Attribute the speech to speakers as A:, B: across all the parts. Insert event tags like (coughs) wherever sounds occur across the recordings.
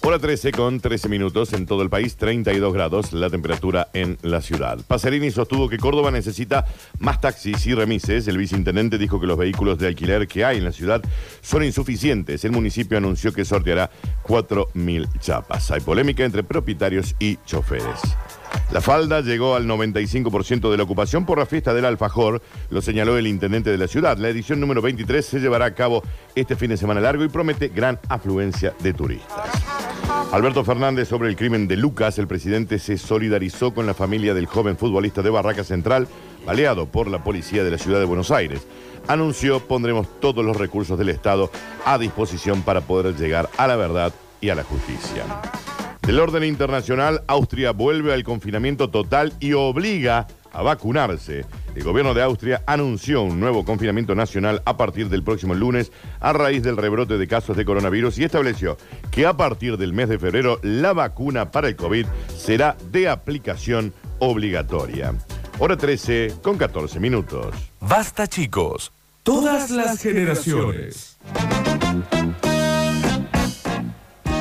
A: Hora 13 con 13 minutos en todo el país, 32 grados la temperatura en la ciudad. Pasarini sostuvo que Córdoba necesita más taxis y remises. El viceintendente dijo que los vehículos de alquiler que hay en la ciudad son insuficientes. El municipio anunció que sorteará 4.000 chapas. Hay polémica entre propietarios y choferes. La falda llegó al 95% de la ocupación por la fiesta del alfajor, lo señaló el intendente de la ciudad. La edición número 23 se llevará a cabo este fin de semana largo y promete gran afluencia de turistas. Alberto Fernández sobre el crimen de Lucas, el presidente se solidarizó con la familia del joven futbolista de Barraca Central, baleado por la policía de la ciudad de Buenos Aires. Anunció pondremos todos los recursos del Estado a disposición para poder llegar a la verdad y a la justicia. Del orden internacional, Austria vuelve al confinamiento total y obliga a vacunarse. El gobierno de Austria anunció un nuevo confinamiento nacional a partir del próximo lunes a raíz del rebrote de casos de coronavirus y estableció que a partir del mes de febrero la vacuna para el COVID será de aplicación obligatoria. Hora 13 con 14 minutos.
B: Basta chicos, todas las generaciones.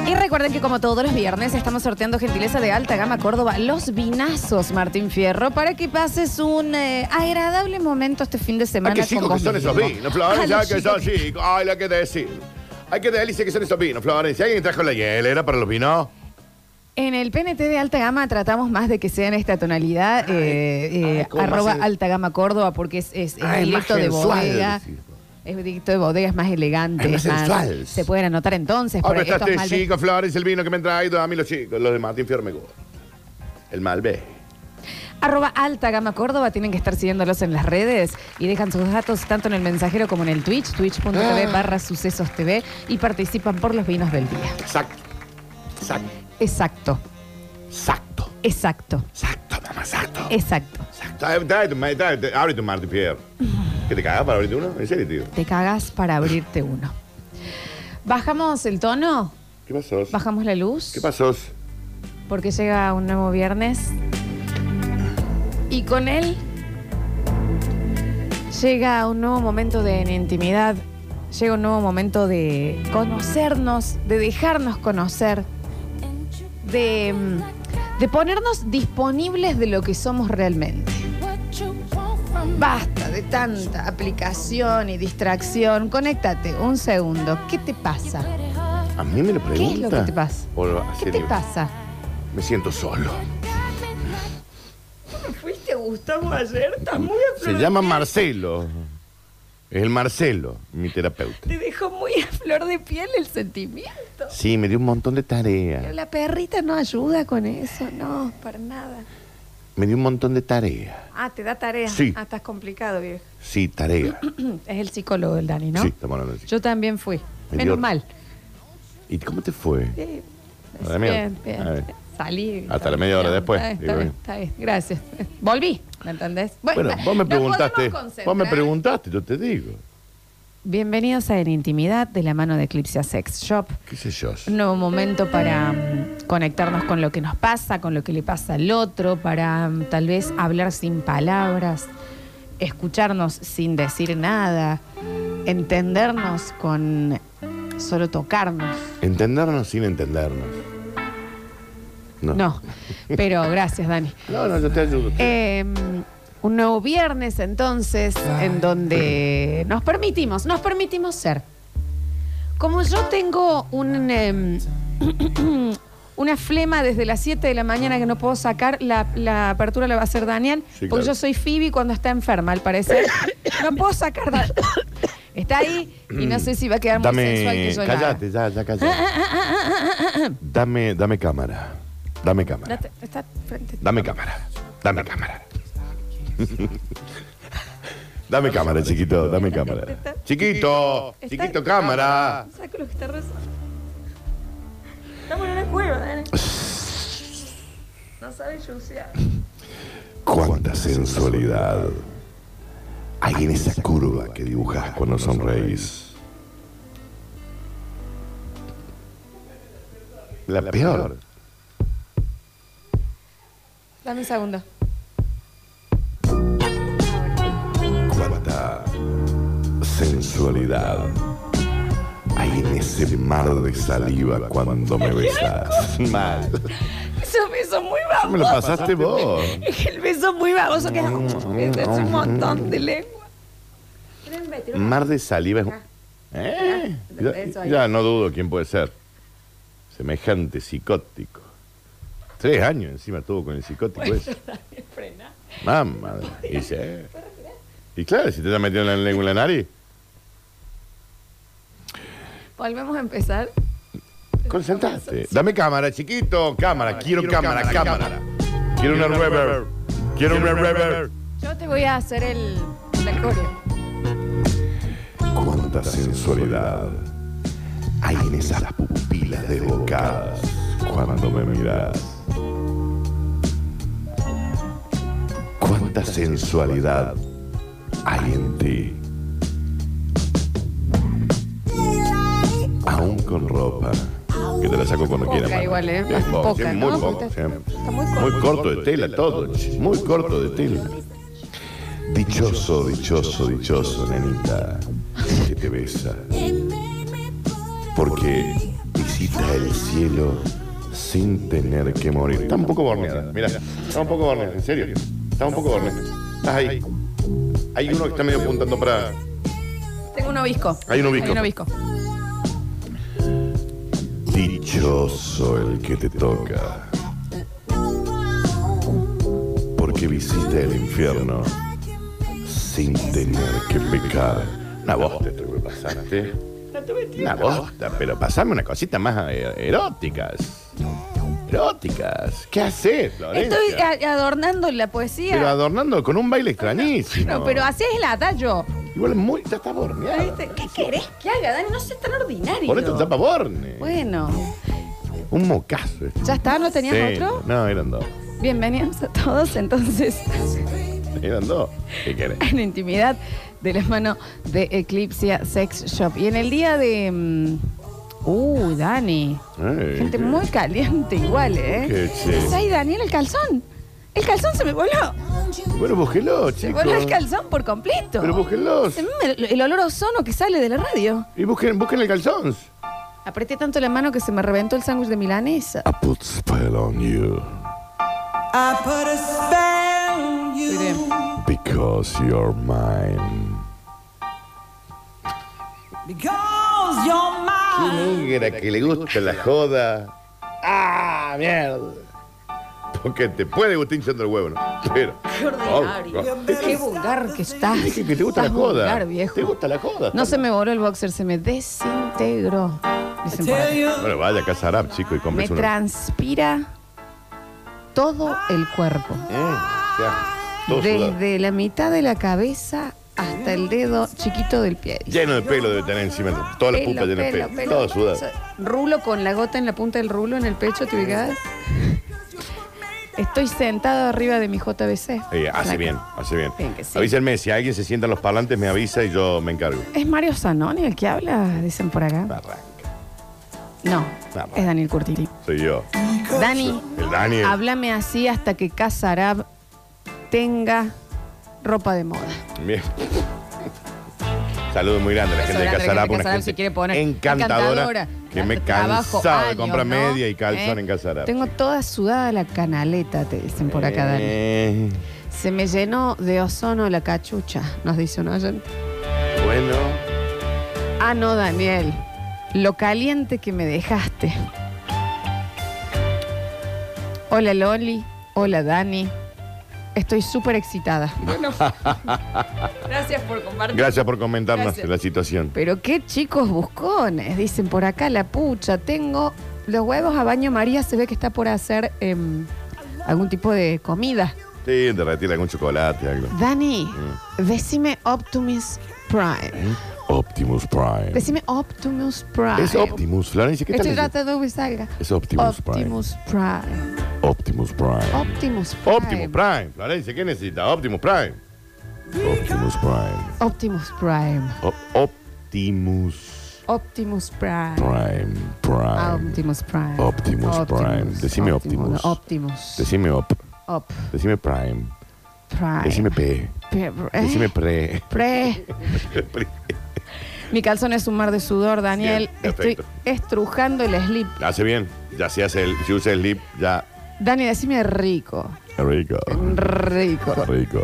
C: Y recuerden que como todos los viernes estamos sorteando gentileza de alta gama Córdoba, los vinazos Martín Fierro, para que pases un eh, agradable momento este fin de
A: Ay,
C: semana.
A: qué
C: con
A: chicos que
C: vos
A: son esos
C: mismo.
A: vinos,
C: Ah, (laughs)
A: Florencia,
C: los
A: que
C: chicos
A: son chicos. Ay, la que decir. Ay, qué delicia que son esos vinos, Florencia. ¿Alguien trajo la hielera para los vinos?
C: En el PNT de alta gama tratamos más de que sea en esta tonalidad, eh, eh,
A: como
C: arroba
A: más en-
C: alta gama Córdoba, porque es, es- es
A: Ah, es
C: directo
A: más
C: de
A: sensual,
C: bodega.
A: decís.
C: Es directo de bodega, es más elegante.
A: Es más
C: es más-
A: sensual.
C: Se pueden anotar entonces.
A: Ah,
C: por
A: pero
C: estos
A: está este
C: Malbec.
A: chico, Flores, el vino que me han traído a mí los chicos, los de Martín Fierro me gusta. El Malbec.
C: Arroba Alta Gama Córdoba, tienen que estar siguiéndolos en las redes y dejan sus datos tanto en el mensajero como en el Twitch, twitch.tv barra sucesos TV y participan por los vinos del día.
A: Exacto. Exacto.
C: Exacto,
A: Exacto.
C: exacto,
A: Exacto, mamá, exacto.
C: exacto.
A: Exacto. Trae- trae tu ma- trae- trae- Abre tu Martín Fierro. ¿Que te cagas para abrirte uno? ¿En serio, tío?
C: Te cagas para abrirte uno. ¿Bajamos el tono?
A: ¿Qué pasó?
C: ¿Bajamos la luz?
A: ¿Qué pasó?
C: Porque llega un nuevo viernes y con él llega un nuevo momento de intimidad, llega un nuevo momento de conocernos, de dejarnos conocer, de, mm, de ponernos disponibles de lo que somos realmente. Basta de tanta aplicación y distracción. Conéctate un segundo. ¿Qué te pasa?
A: A mí me lo
C: ¿Qué
A: pregunta.
C: es lo que te pasa?
A: O lo- así
C: ¿Qué te
A: digo,
C: pasa?
A: Me siento solo.
C: ¿Fuiste Gustavo ayer? Estás muy
A: Se llama Marcelo. Es el Marcelo, mi terapeuta.
C: Te dejó muy a flor de piel el sentimiento.
A: Sí, me dio un montón de
C: Pero
A: tareas.
C: la perrita no ayuda con eso, no, para nada.
A: Me dio un montón de tareas.
C: Ah, te da tarea.
A: Sí.
C: Ah, estás complicado, viejo.
A: Sí, tareas.
C: (clears throat) es el psicólogo el Dani, ¿no?
A: Sí, estamos hablando de sí.
C: Yo también fui.
A: Me
C: Menos
A: dio-
C: mal.
A: ¿Y cómo te fue?
C: Sí.
A: A la mierda.
C: Bien, bien.
A: A ver.
C: Salí.
A: Hasta la media hora después,
C: Está bien,
A: digo
C: está bien,
A: yo.
C: está bien. Gracias. (laughs) Volví, ¿me entendés?
A: Bueno, vos me
C: nos
A: preguntaste.
C: podemos
A: Vos me
C: concentrar.
A: preguntaste, yo te digo.
C: Bienvenidos a En Intimidad de la mano de Eclipse Sex Shop.
A: ¿Qué sé yo?
C: Un nuevo momento para mm, conectarnos con lo que nos pasa, con lo que le pasa al otro, para mm, tal vez hablar sin palabras, escucharnos sin decir nada, entendernos con solo tocarnos.
A: Entendernos sin entendernos. No.
C: No, pero gracias Dani.
A: No, no, yo te ayudo.
C: Eh, un nuevo viernes entonces, en donde nos permitimos, nos permitimos ser. Como yo tengo un, em, (clears throat) una flema desde las 7 de la mañana que no puedo sacar, la, la apertura la va a hacer Daniel,
A: Sí,
C: porque
A: claro.
C: yo soy Phoebe cuando está enferma, al
A: (coughs)
C: parecer. No puedo sacar Dan- Está ahí y no sé si va a quedar muy sensual que
A: Dame.
C: yo Ah, la haga.
A: Cállate, ya, ya, cállate. Dame, dame cámara. Dame cámara.
C: ah, Date- está frente.
A: Dame cámara. Dame
C: (laughs)
A: cámara. Dame cámara, chiquito. Dame cámara. Chiquito. Chiquito, cámara.
C: Saco lo que está rezando. (laughs)
A: Cuánta sensualidad hay en esa curva que dibujas cuando sonreís. La peor.
C: Dame un segundo.
A: Cuánta sensualidad hay en ese mar de saliva cuando me besas. Mal.
C: Es un beso muy baboso.
A: Me lo pasaste vos.
C: Es el beso muy baboso que es, es un montón de lengua. ¿Quieren meter un-
A: Mar de saliva es un- ¿Eh? Ya, ya no dudo quién puede ser. Semejante psicótico. Tres años encima tuvo con el psicótico ese.
C: Frena.
A: Mamá. Y, se- y claro, si te está metiendo la lengua en la nariz.
C: Volvemos a empezar.
A: Concentrate. Dame cámara, chiquito. Cámara, quiero, cámara, cámara, Quiero una reverb. Quiero una reverb.
C: Yo te voy a hacer el, la coreo.
A: Cuánta sensualidad hay en esas pupilas desbocadas cuando me miras. Cuánta sensualidad hay en ti. Aún con ropa. Que te la saco cuando
C: Poca
A: quieras. mami.
C: igual, ¿eh?
A: Es poca,
C: Poca,
A: es muy
C: ¿no?
A: poco.
C: Está-
A: sí.
C: está muy corto.
A: Muy corto de tela todo, che, muy corto de tela. Dichoso, dichoso, dichoso, nenita, que te besa. Porque visita el cielo sin tener que morir. Está un poco borneada, mira, está un poco borneada, en serio. Está un poco borneada. Estás ahí. Hay uno que está medio apuntando para.
C: Tengo un obisco.
A: Hay un obisco.
C: Hay un obisco.
A: Dichoso el que te toca. Porque visita el infierno sin tener que pecar. Una bosta esto que pasaste. Una bosta, pero pasame una cosita más eh, eróticas. Eróticas. ¿Qué haces, Florencia?
C: Estoy a- adornando la poesía.
A: Pero adornando con un baile extrañísimo.
C: no, pero así es la yo.
A: Igual es muy. Ya está borneada.
C: ¿Viste? ¿Qué querés que haga, Dani? No seas tan ordinario.
A: Por esto tapa borne.
C: Bueno,
A: Un mocazo. este.
C: ya está, ¿no tenías
A: Sí,
C: otro?
A: No, eran dos.
C: Bienvenidos a todos entonces
A: Eran dos. ¿Qué querés?
C: en Intimidad de la mano de Eclipsia Sex Shop. Y en el día de... mm, Uh, Dani.
A: Ey,
C: Gente
A: qué-
C: muy caliente igual, ¿eh?
A: Qué che.
C: Es ahí, Daniel, el calzón. El calzón se me voló.
A: Bueno, búsquelo,
C: Se me
A: chicos.
C: voló el calzón por completo.
A: Pero búsquenlos.
C: Se me- El, olor a ozono que sale de la radio.
A: Y busquen, busquen el calzón.
C: Apreté tanto la mano que se me reventó el sándwich de milanesa.
A: I put spell on you
D: I put a spell on you.
C: Miren,
A: because you're mine.
D: Because you're mine.
A: Negra que le gusta la joda. ¡Ah, mierda! Porque te puede gustar hinchando el huevo, ¿no? Pero. Oh,
C: Qué vulgar que estás.
A: Dije que te gusta la
C: Estás
A: joda.
C: vulgar, viejo.
A: Te gusta la joda.
C: No se me voló el boxer, se me desintegró. Dicen por
D: Tell
C: acá.
D: you.
A: Bueno, vaya a casa Arab, chico, y
C: Me
A: compres uno.
C: transpira todo el cuerpo.
A: Mm, ya, todo sudado.
C: Desde la mitad de la cabeza hasta el dedo chiquito del pie.
A: Lleno de pelo debe tener encima. Toda la
C: Pelo,
A: pupa llena de
C: pelo,
A: pelo.
C: pelo.
A: Todo sudado.
C: Rulo con la gota en la punta del rulo, en el pecho, ¿te ubicás? Estoy sentado arriba de mi JBC.
A: Eh, hace
C: Flaca.
A: bien, hace bien.
C: Bien que sí.
A: Avísenme, si alguien se sienta en los parlantes, me avisa y yo me encargo.
C: ¿Es Mario Zanoni el que habla? Dicen por acá.
A: Arranca.
C: No,
A: Vamos.
C: es Daniel Curtini.
A: Soy yo.
C: Dani,
A: El Daniel.
C: háblame así hasta que Casa Arab tenga ropa de moda.
A: Bien. Saludos muy grandes a la
C: Beso
A: gente de
C: grande,
A: Casarap,
C: gente de
A: una
C: Casarap,
A: gente
C: si quiere poner.
A: encantadora,
C: Encantadora.
A: que me he
C: Trabajo
A: cansado de
C: años,
A: comprar
C: ¿no?
A: media y calzón
C: ¿Eh?
A: en Casarap.
C: Tengo toda sudada la canaleta, te dicen por acá, Dani.
A: Eh,
C: Se me llenó de ozono la cachucha, nos dice un oyente.
A: bueno,
C: Ah, no, Daniel. Lo caliente que me dejaste. Hola, Loli. Hola, Dani. Estoy súper excitada. Gracias por compartir.
A: gracias por comentarnos
C: Gracias.
A: la situación.
C: Pero qué chicos buscones, dicen por acá la pucha. Tengo los huevos a baño María, se ve que está por hacer em, algún tipo de comida.
A: Sí, derretir algún chocolate, algo.
C: Dani,
A: Mm.
C: decime Optimus Prime.
A: Optimus Prime.
C: Decime Optimus Pues Prime.
A: Es Optimus, Florencia, ¿qué
C: Estoy
A: tal?
C: tratando de que salga.
A: Es Optimus Prime.
C: Optimus Prime.
A: Optimus Prime.
C: Optimus Prime.
A: Optimus Prime. Florencia, ¿qué necesita? Optimus Prime. Optimus Prime.
C: Optimus Prime.
A: Optimus
C: Optimus Prime.
A: Prime. Prime.
C: Optimus Prime.
A: Optimus Prime. Decime Optimus.
C: Optimus.
A: Decime op.
C: Op.
A: Decime Prime.
C: Prime.
A: Decime P.
C: (laughs) Pe- eh,
A: Decime Pre.
C: Pre. Mi calzón es un mar de sudor, Daniel.
A: Bien,
C: Estoy
A: perfecto.
C: estrujando el slip.
A: Hace bien. Ya se hace el, si usa el slip, ya.
C: Dani, decime rico.
A: Rico.
C: Rico.
A: Rico.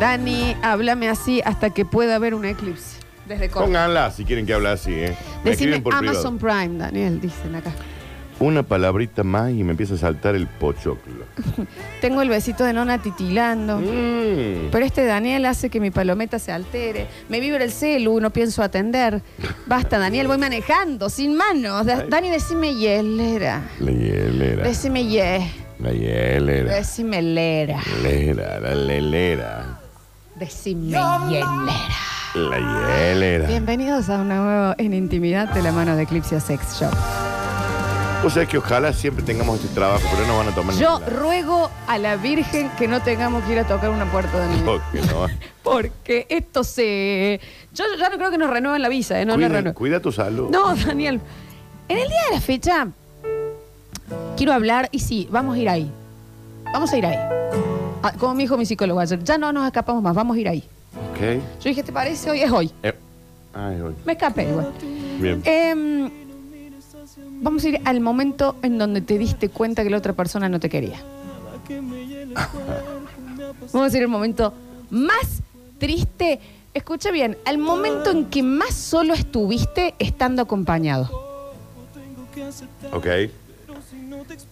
C: Dani, háblame así hasta que pueda haber un eclipse. Desde Córdoba.
A: Pónganla si quieren que hable así, ¿eh? Me
C: Decime
A: escriben por
C: Amazon
A: privado.
C: Prime, Daniel, dicen acá.
A: Una palabrita más y me empieza a saltar el pochoclo.
C: Tengo el besito de nona titilando.
A: Mm.
C: Pero este Daniel hace que mi palometa se altere. Me vibra el celu, no pienso atender. Basta, Daniel, voy manejando, sin manos. Da- Dani, decime hielera.
A: La hielera.
C: Decime ye.
A: La hielera.
C: Decime lera.
A: Lera, la lelera.
C: Decime hielera.
A: La hielera.
C: Bienvenidos a un nuevo En Intimidad de la mano de Eclipse Sex Shop.
A: Vos sabés que ojalá siempre tengamos este trabajo, pero no van a tomar
C: Yo
A: ningún lado.
C: ruego a la Virgen que no tengamos que ir a tocar una puerta de nuevo.
A: Porque
C: (laughs)
A: no.
C: Porque esto se. Yo ya no creo que nos renueven la visa, ¿eh? No,
A: cuida,
C: no renueven.
A: cuida tu salud.
C: No, (laughs) Daniel. En el día de la fecha, quiero hablar, y sí, vamos a ir ahí. Vamos a ir ahí. Ah, como me dijo mi psicólogo ayer, ya no nos escapamos más, vamos a ir ahí.
A: Ok.
C: Yo dije, ¿te parece? Hoy es hoy.
A: Eh, Ay, bueno.
C: Me escapé igual.
A: Bien.
C: Em, vamos a ir al momento en donde te diste cuenta que la otra persona no te quería. vamos a ir al momento más triste. Escucha bien, al momento en que más solo estuviste estando acompañado.
A: Ok.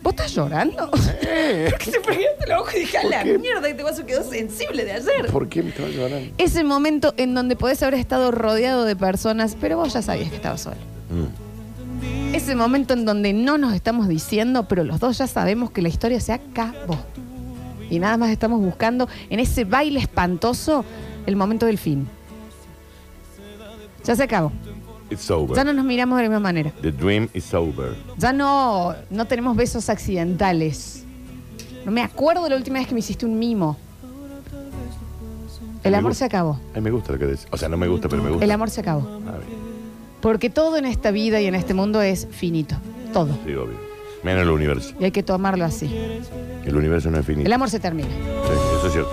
C: ¿Vos estás llorando? (laughs) Porque te pegaste el ojo y dije, a la mierda que te vas a quedar sensible de ayer.
A: ¿Por qué me estaba llorando?
C: Ese momento en donde podés haber estado rodeado de personas, pero vos ya sabías que estabas solo. Ese momento en donde no nos estamos diciendo, pero los dos ya sabemos que la historia se acabó. Y nada más estamos buscando en ese baile espantoso el momento del fin. Ya se acabó.
A: It's over.
C: Ya no nos miramos de la misma manera.
A: The dream is over.
C: Ya no, no tenemos besos accidentales. No me acuerdo la última vez que me hiciste un mimo. El amor se acabó.
A: Ay, me gusta lo que decís. O sea, no me gusta, pero me gusta.
C: El amor se acabó.
A: Ah, bien.
C: Porque todo en esta vida y en este mundo es finito. Todo.
A: Sí, obvio. Menos el universo.
C: Y hay que tomarlo así.
A: El universo no es finito.
C: El amor se termina.
A: Sí, eso es cierto.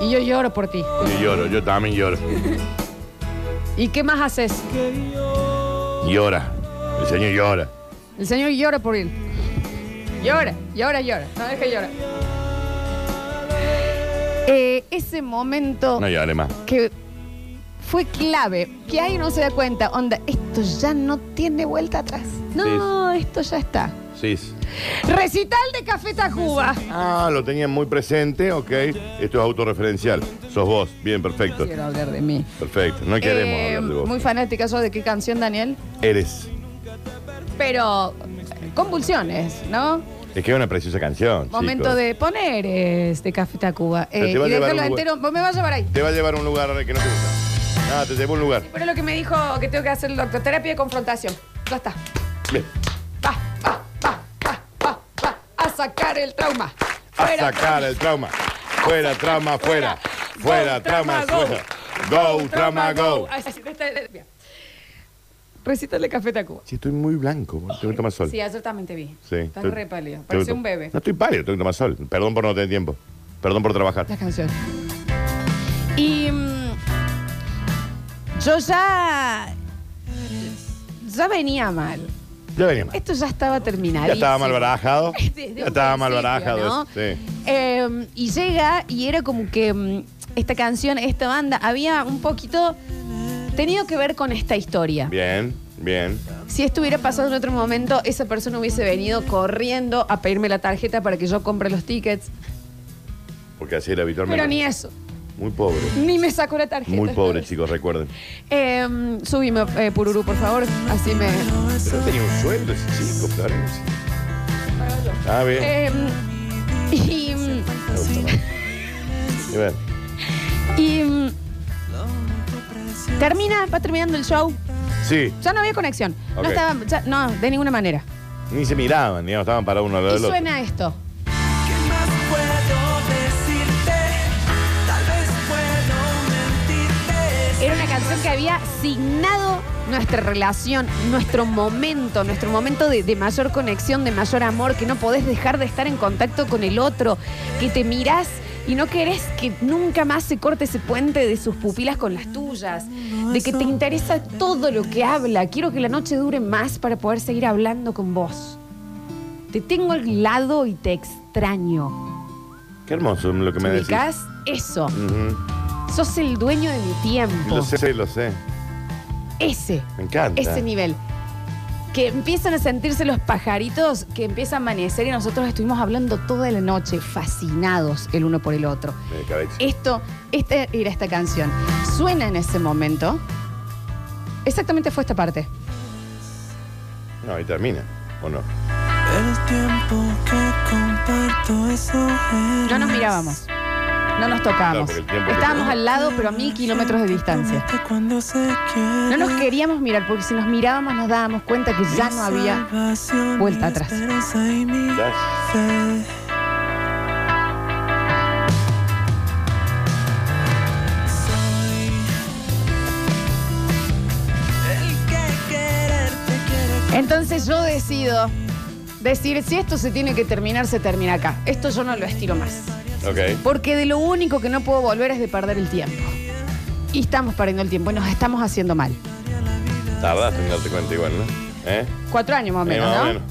C: Y yo lloro por ti.
A: Yo lloro, yo también lloro.
C: ¿Y qué más haces?
A: Llora. El señor llora.
C: El señor llora por él. Llora, llora, llora. No deja llorar. Eh, ese momento...
A: No llore más.
C: que fue clave, que ahí no se da cuenta, onda, esto ya no tiene vuelta atrás. No, esto ya está.
A: Sí.
C: Recital de Café Tacuba.
A: Ah, lo tenían muy presente, ok. Esto es autorreferencial. Sos vos. Bien, perfecto.
C: Quiero hablar de mí.
A: Perfecto. No queremos
C: Eh,
A: hablar de vos.
C: muy fanática yo de qué canción, Daniel.
A: Eres.
C: Pero eh, convulsiones, ¿no?
A: Es que es una preciosa canción.
C: Momento
A: chicos.
C: de poner es de Café Tacuba.
A: Pero
C: Eh,
A: te va
C: y
A: a llevar
C: dejarlo
A: un lugar.
C: entero. Vos me vas a llevar ahí.
A: Te va a llevar a un lugar que no te gusta. Nada, te llevo a un lugar.
C: Pero lo que me dijo que tengo que hacer el doctor, terapia de confrontación. Ya está.
A: Bien.
C: Va, va, va, va, va, va. A sacar el trauma.
A: A
C: Fuera
A: sacar el trauma. Fuera, trama, fuera. Fuera,
C: Go,
A: trama,
C: trama, go.
A: fuera. Go, trama, go.
C: Ay, sí, está- está- bien. Recítale café Tacuba.
A: Sí, estoy muy blanco. boludo. Tengo que tomar sol.
C: Sí, ayer también te vi.
A: Sí.
C: Estás
A: Estoy-
C: re pálido.
A: tengo que
C: Parecía
A: to-
C: un bebé.
A: No estoy pálido, tengo que tomar sol. Perdón por no tener tiempo. Perdón por trabajar.
C: Las canciones. Y mm, yo ya. Ya venía mal.
A: Ya venimos.
C: Esto ya estaba terminado.
A: Ya estaba mal barajado.
C: (laughs) Desde
A: Ya
C: un
A: estaba mal
C: principio,
A: barajado.
C: ¿no?
A: Sí.
C: Eh, y llega y era como que mm, esta canción, esta banda, había un poquito tenido que ver con esta historia.
A: Bien, bien.
C: Si esto hubiera pasado en otro momento, esa persona hubiese venido corriendo a pedirme la tarjeta para que yo compre los tickets.
A: Porque así era habitualmente.
C: Pero ni eso,
A: Muy
C: (laughs)
A: pobre.
C: ni me sacó la tarjeta.
A: Muy pobre, chicos, recuerden.
C: Eh, subime, eh, Pururú, por favor. Así me.
A: Pero tenía un sueldo ese chico, Florencia. Ah, bien.
C: Eh, y. mm,
A: Me gusta más. Y bueno,
C: y, mm, termina, va terminando el show.
A: Sí,
C: Ya no había conexión.
A: Ok.
C: No estaba. ya- no, de ninguna manera.
A: ni se miraban, digamos, estaban parados uno al lado
C: Y
A: del otro.
C: suena esto.
D: ¿Qué más puedo decirte? Tal vez puedo mentirte.
C: Era una canción que había signado nuestra relación, nuestro momento, nuestro momento de, de mayor conexión, de mayor amor, que no podés dejar de estar en contacto con el otro, que te mirás Y no querés que nunca más se corte ese puente de sus pupilas con las tuyas, de que te interesa todo lo que habla. Quiero que la noche dure más para poder seguir hablando con vos. Te tengo al lado y te extraño.
A: Qué hermoso lo que me decís.
C: ¿Ubicás? Eso.
A: Ujú.
C: Sos el dueño de mi tiempo.
A: Lo sé, lo sé.
C: Ese.
A: Me encanta.
C: Ese nivel. Que empiezan a sentirse los pajaritos, que empieza a amanecer y nosotros estuvimos hablando toda la noche, fascinados el uno por el otro.
A: Me cabezo.
C: Esto, esta era esta canción. Suena en ese momento. Exactamente fue esta parte.
A: No, ahí termina. ¿O no?
D: El tiempo que comparto es ojeras.
C: No nos mirábamos. No nos tocábamos.
A: No, porque el tiempo que-
C: Estábamos al lado, pero a mil kilómetros de distancia.
D: Promete Cuando se quiere.
C: No nos queríamos mirar, porque si nos mirábamos nos dábamos cuenta que ya no había.
D: Salvación,
C: vuelta
D: mi
C: atrás.
D: esperanza y mi
A: Ya.
D: fe. Soy el que quererte quiere
C: Entonces yo decido decir, si esto se tiene que terminar, se termina acá. Esto yo no lo estiro más.
A: Ok.
C: Porque de lo único que no puedo volver es de perder el tiempo. Y estamos perdiendo el tiempo y nos estamos haciendo mal.
A: Tardaste en darte cuenta igual, ¿no? ¿Eh?
C: Cuatro años más o menos,
A: Eh,
C: ¿no?
A: más o menos.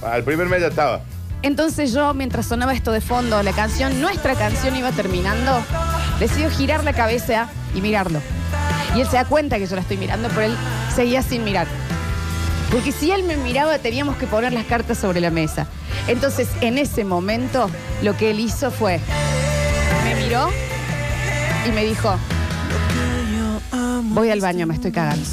A: Sí. Al primer mes ya estaba.
C: Entonces yo, mientras sonaba esto de fondo, la canción, nuestra canción iba terminando, decido girar la cabeza y mirarlo. Y él se da cuenta que yo la estoy mirando, pero él seguía sin mirar. Porque si él me miraba, teníamos que poner las cartas sobre la mesa. Entonces, en ese momento, lo que él hizo fue, me miró y me dijo,
D: que yo amo.
C: voy al baño, me estoy cagando.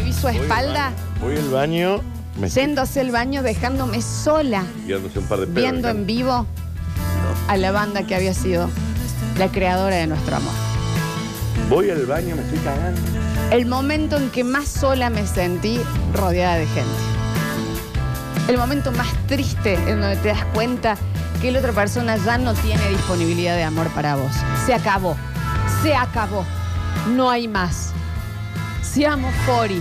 C: Y vi su espalda
A: Voy al baño. Me estoy
C: yéndose al baño, dejándome sola.
A: guiándose un par de pedos.
C: viendo en vivo a la banda que había sido la creadora de nuestro amor.
A: Voy al baño, me estoy cagando.
C: El momento en que más sola me sentí rodeada de gente. El momento más triste en donde te das cuenta que la otra persona ya no tiene disponibilidad de amor para vos. Se acabó. Se acabó. No hay más. Seamos Fori.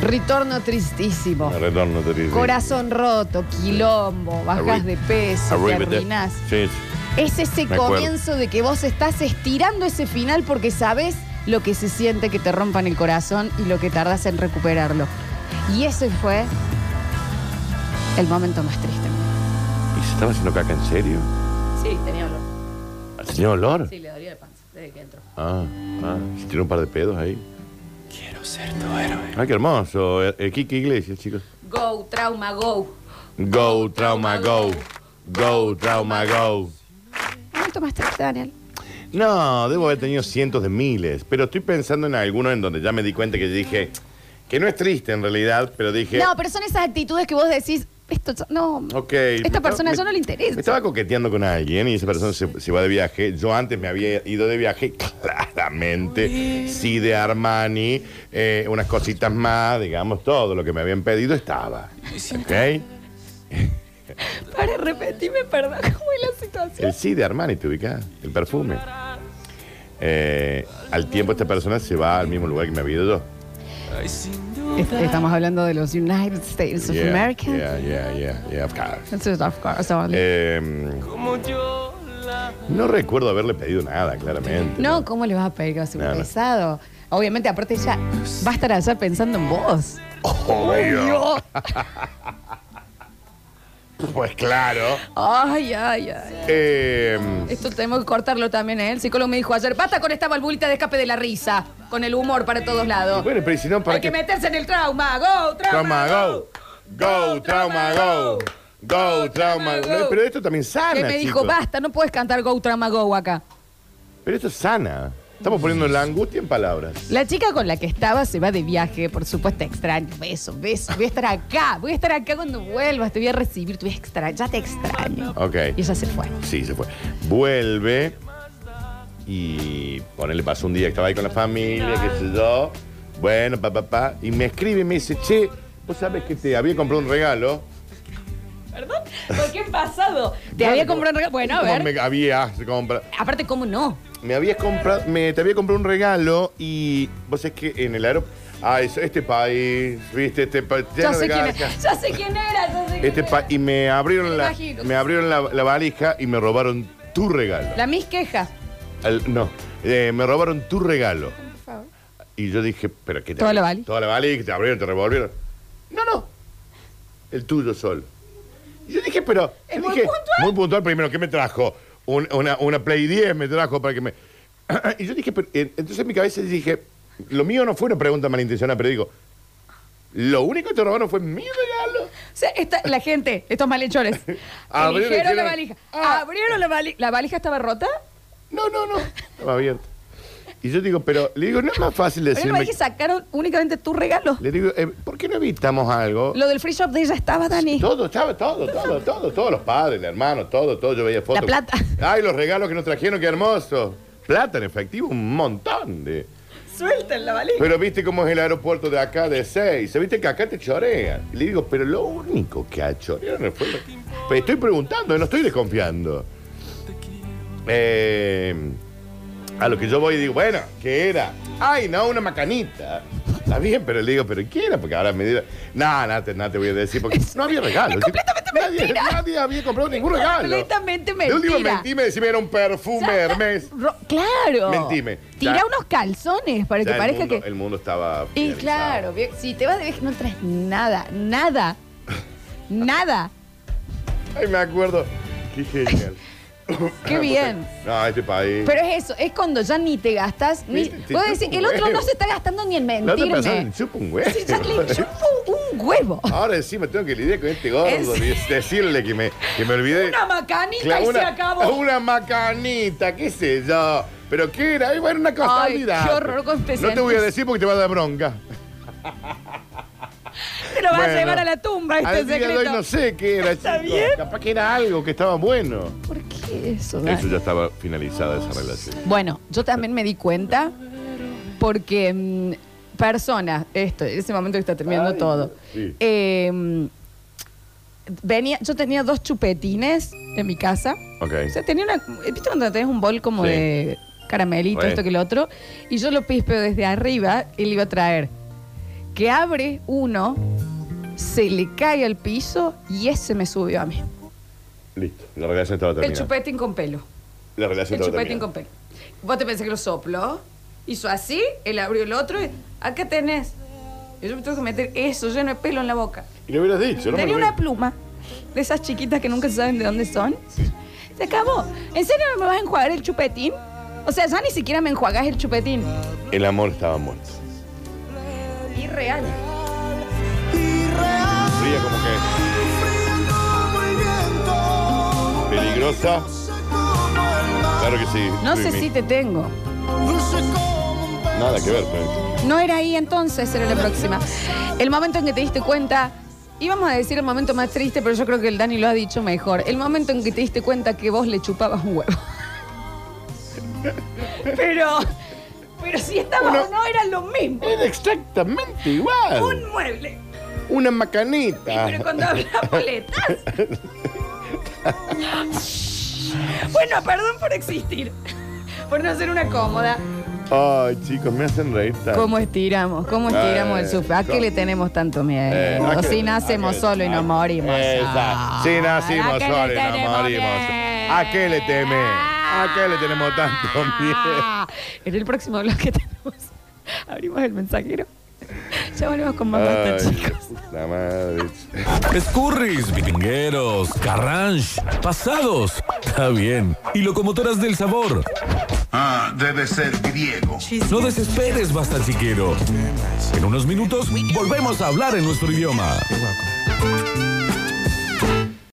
C: Retorno tristísimo.
A: Me retorno, te digo.
C: Corazón roto, quilombo, bajas de peso, te
A: Arriba de-
C: arruinás.
A: Sí, sí.
C: Es ese
A: Me acuerdo.
C: comienzo de que vos estás estirando ese final porque sabes lo que se siente que te rompan el corazón y lo que tardas en recuperarlo. Y ese fue el momento más triste.
A: ¿Y se estaba haciendo caca en serio? ¿Ah,
C: Sí, tenía olor.
A: ¿Tenía olor?
C: le dolía la panza desde que entró.
A: Ah, ah. ¿Se tiró un par de pedos ahí? Quiero ser tu héroe. Ay, qué hermoso. Eh, eh, Kiki Iglesias, chicos.
C: Go, trauma, go.
A: Go, trauma, go. Go, trauma, go.
C: Momento más triste, Daniel.
A: No, debo haber tenido cientos de miles, pero estoy pensando en alguno en donde ya me di cuenta que dije, que no es triste en realidad, pero dije...
C: No, pero son esas actitudes que vos decís, esto yo- no.
A: Ok. me
C: Esta
A: estaba-
C: persona
A: me-
C: yo no le interesa.
A: Me estaba coqueteando con alguien y esa persona se, se va de viaje. Yo antes me había ido de viaje, claramente. Sí, de Armani, eh, unas cositas más, digamos, todo lo que me habían pedido estaba. ¿Ok?
C: Para repetirme, perdón, ¿cómo es la situación?
A: El sí de Armani, te ubicás, el perfume. Eh, al tiempo esta persona se va al mismo lugar que me había ido yo.
C: Este, Estamos hablando de los United States of
A: Yeah,
C: America.
A: Yeah, yeah, yeah, yeah, of course.
C: Entonces, of course, only.
A: Eh, no recuerdo haberle pedido nada, claramente. (laughs)
C: No, ¿cómo le vas a pedir que sea un
A: No, no.
C: pesado? Obviamente, aparte ella va a estar allá pensando en vos.
A: Oh, Obvio.
C: Dios.
A: Pues claro.
C: Ay, ay, ay.
A: Eh,
C: Esto tenemos que cortarlo también, ¿eh? El psicólogo me dijo ayer, basta con esta valvulita de escape de la risa, con el humor para todos lados.
A: bueno, pero si no, ¿para
C: Hay que
A: qué?
C: meterse en el trauma. ¡Go, trauma!
A: Trauma, go. Go, trauma, go. Go, trauma, go. No, pero esto también sana.
C: Que me dijo,
A: chicos.
C: basta, no puedes cantar Go, trauma, go acá.
A: Pero esto es sana. Estamos poniendo la angustia en palabras.
C: La chica con la que estaba se va de viaje, por supuesto extraño. Beso, beso. Voy a estar acá, voy a estar acá cuando vuelvas, te voy a recibir, te voy a extrañar, ya te extraño.
A: Ok.
C: Y ella se fue.
A: Sí, se fue. Vuelve y ponele, pasó un día que estaba ahí con la familia, qué sé yo. Bueno, pa, pa, pa. Y me escribe y me dice, che, vos sabes que te había comprado un regalo.
C: ¿Perdón? ¿Por qué he pasado? Te
A: Claro,
C: había
A: como-
C: comprado un regalo. Bueno, a
A: como
C: ver.
A: Me habías comprado.
C: Aparte, ¿cómo no?
A: Me habías comprado, me te había comprado un regalo y vos es que en el aeropuerto. Ah, es- este país, viste, este país.
C: Ya sé, quién era, ya sé quién era, ya sé quién
A: Este
C: era.
A: pa- y me
C: Me
A: abrieron, la,
C: imagino.
A: me abrieron la, la valija y me robaron tu regalo.
C: La mis quejas.
A: El- no, eh, me robaron tu regalo.
C: Por favor.
A: Y yo dije, ¿pero qué te
C: Toda
A: abrieron?
C: la valija.
A: Toda la valija, te abrieron, te revolvieron. No, no, el tuyo solo. Y yo dije, pero.
C: Es
A: yo
C: muy
A: dije,
C: puntual.
A: Muy puntual, primero, ¿qué me trajo? Un- una, una Play 10 me trajo para que me. (clears throat) y yo dije, pero, eh, entonces en mi cabeza dije, lo mío no fue una pregunta malintencionada, pero digo, lo único que te robaron fue mi regalo.
C: O sea, esta- la gente, estos
A: (laughs)
C: malhechores,
A: Abrieron,
C: eligieron la
A: hicieron-
C: valija.
A: Ah.
C: ¿Abrieron la valija? ¿La valija estaba rota?
A: No, no, no. Estaba abierto. Y yo digo, pero le digo, no es más fácil
C: ¿Abrieron
A: decirme.
C: la valija y sacaron únicamente tu regalo?
A: Le digo, eh, ¿por qué no evitamos algo?
C: Lo del free shop de ella estaba, Dani.
A: Todo, estaba todo, todo, todo, todos los padres, el hermano, todo, todo. Yo veía fotos.
C: La plata.
A: Ay, los regalos que nos trajeron, qué hermosos. Plata en efectivo, un montón de.
C: Suelten la valija.
A: Pero viste cómo es el aeropuerto de acá, de seis. Viste que acá te chorean. Y le digo, pero lo único que chorearon fue. Pero estoy preguntando, no estoy desconfiando. Eh, a lo que yo voy y digo, bueno, ¿qué era? Ay, no, una macanita. Está bien, pero le digo, ¿pero qué era? Porque ahora me dirán, no, no te, no te voy a decir, porque no
C: (laughs)
A: había regalo.
C: es completamente
A: nadie,
C: mentira.
A: nadie había comprado ningún regalo.
C: completamente
A: De última
C: mentira.
A: mentime, decime, era un perfume Hermes.
C: Ro- claro.
A: Mentime.
C: Tira
A: Ya.
C: unos calzones para
A: Ya
C: que
A: el
C: parezca
A: mundo-
C: que.
A: El mundo estaba.
C: Y
A: finalizado.
C: claro, bien, si te vas de viaje no traes nada,
A: (laughs)
C: nada, nada.
A: Ay, me acuerdo. Qué genial.
C: Qué bien.
A: No, este país.
C: Pero es eso, es cuando ya ni te gastas, ni.
A: Sí, sí,
C: Vos
A: sí,
C: decís,
A: un
C: el otro
A: huevo.
C: no se está gastando ni en
A: La otra persona
C: mentirme.
A: le chupa un huevo.
C: Sí, ya le
A: (laughs)
C: chupo un huevo.
A: Ahora encima tengo que lidiar con este gordo
C: Es-
A: y decirle que me, que me olvidé.
C: (laughs) Una macanita
A: Claro,
C: y
A: una-
C: se acabó.
A: (laughs) Una macanita, qué sé yo. Pero qué era, era una casualidad.
C: qué horror con este
A: No te voy a
C: sentís.
A: decir porque te va a dar bronca.
C: Te lo vas
A: Bueno.
C: a llevar a la tumba (laughs) este
A: Al día de hoy
C: secreto.
A: no sé qué era,
C: Está
A: chicos.
C: bien.
A: Capaz que era algo que estaba bueno.
C: ¿Por qué eso, Dani?
A: Eso ya estaba finalizada esa relación.
C: Bueno, yo también me di cuenta porque mm, personas, esto, ese momento que está terminando
A: Ay,
C: todo.
A: sí.
C: Eh, mm, venía, yo tenía dos chupetines en mi casa.
A: Ok.
C: O sea, tenía una. ¿Viste cuando tenés un bol como
A: Sí.
C: de caramelito,
A: Bueno.
C: esto que lo otro? Y yo lo pispeo desde arriba y le iba a traer. Que abre uno, se le cae al piso y ese me subió a mí.
A: Listo. La relación estaba
C: El
A: terminada.
C: chupetín con pelo.
A: La relación
C: El
A: estaba
C: chupetín
A: terminada.
C: con pelo. Vos te pensás que lo sopló, hizo así, él abrió el otro y acá tenés. Y yo me tengo que meter eso lleno de pelo en la boca.
A: Y lo hubieras dicho, ¿no? me
C: Tenía
A: lo
C: una
A: hubieras-
C: pluma de esas chiquitas que nunca se saben de dónde son. Se acabó. ¿En serio me vas a enjuagar el chupetín? O sea, ya ni siquiera me enjuagás el chupetín.
A: El amor estaba muerto.
C: Irreal.
A: Fría como que. Peligrosa. Claro que sí.
C: No sé
A: Luismi.
C: si te tengo.
A: Nada que ver, Florencia.
C: No era ahí entonces, era la próxima. El momento en que te diste cuenta, íbamos a decir el momento más triste, pero yo creo que el Dani lo ha dicho mejor. El momento en que te diste cuenta que vos le chupabas un huevo. (laughs) Pero, pero si estaba
A: Uno-
C: o no era lo mismo.
A: Era exactamente igual.
C: Un mueble.
A: Una
C: Sí,
A: macanita.
C: pero cuando
A: (laughs)
C: hablas boletas. bueno, perdón por existir. Por no ser una cómoda.
A: Ay, chicos, me hacen reír tanto.
C: ¿Cómo estiramos? ¿Cómo estiramos el sufre? ¿A qué le tenemos tanto miedo?
A: Eh, ¿a qué-
C: si nacemos
A: a qué-
C: solo y
A: a-
C: nos morimos. Ah,
A: Exacto. Si
C: ¿A
A: nacimos
C: qué le
A: solo y nos
C: tenemos
A: morimos.
C: miedo?
A: ¿A qué le teme? ¿A qué le tenemos tanto miedo?
C: Ah. En el próximo bloque (laughs) tenemos. Abrimos el mensajero. Ya volvemos con más
A: Ay,
C: basta, chicos.
A: La madre.
B: Escurris, vingueros, carranche, pasados. Está bien. Y locomotoras del sabor.
E: Ah, debe ser griego.
B: No desesperes, basta chiquero. En unos minutos volvemos a hablar en nuestro idioma.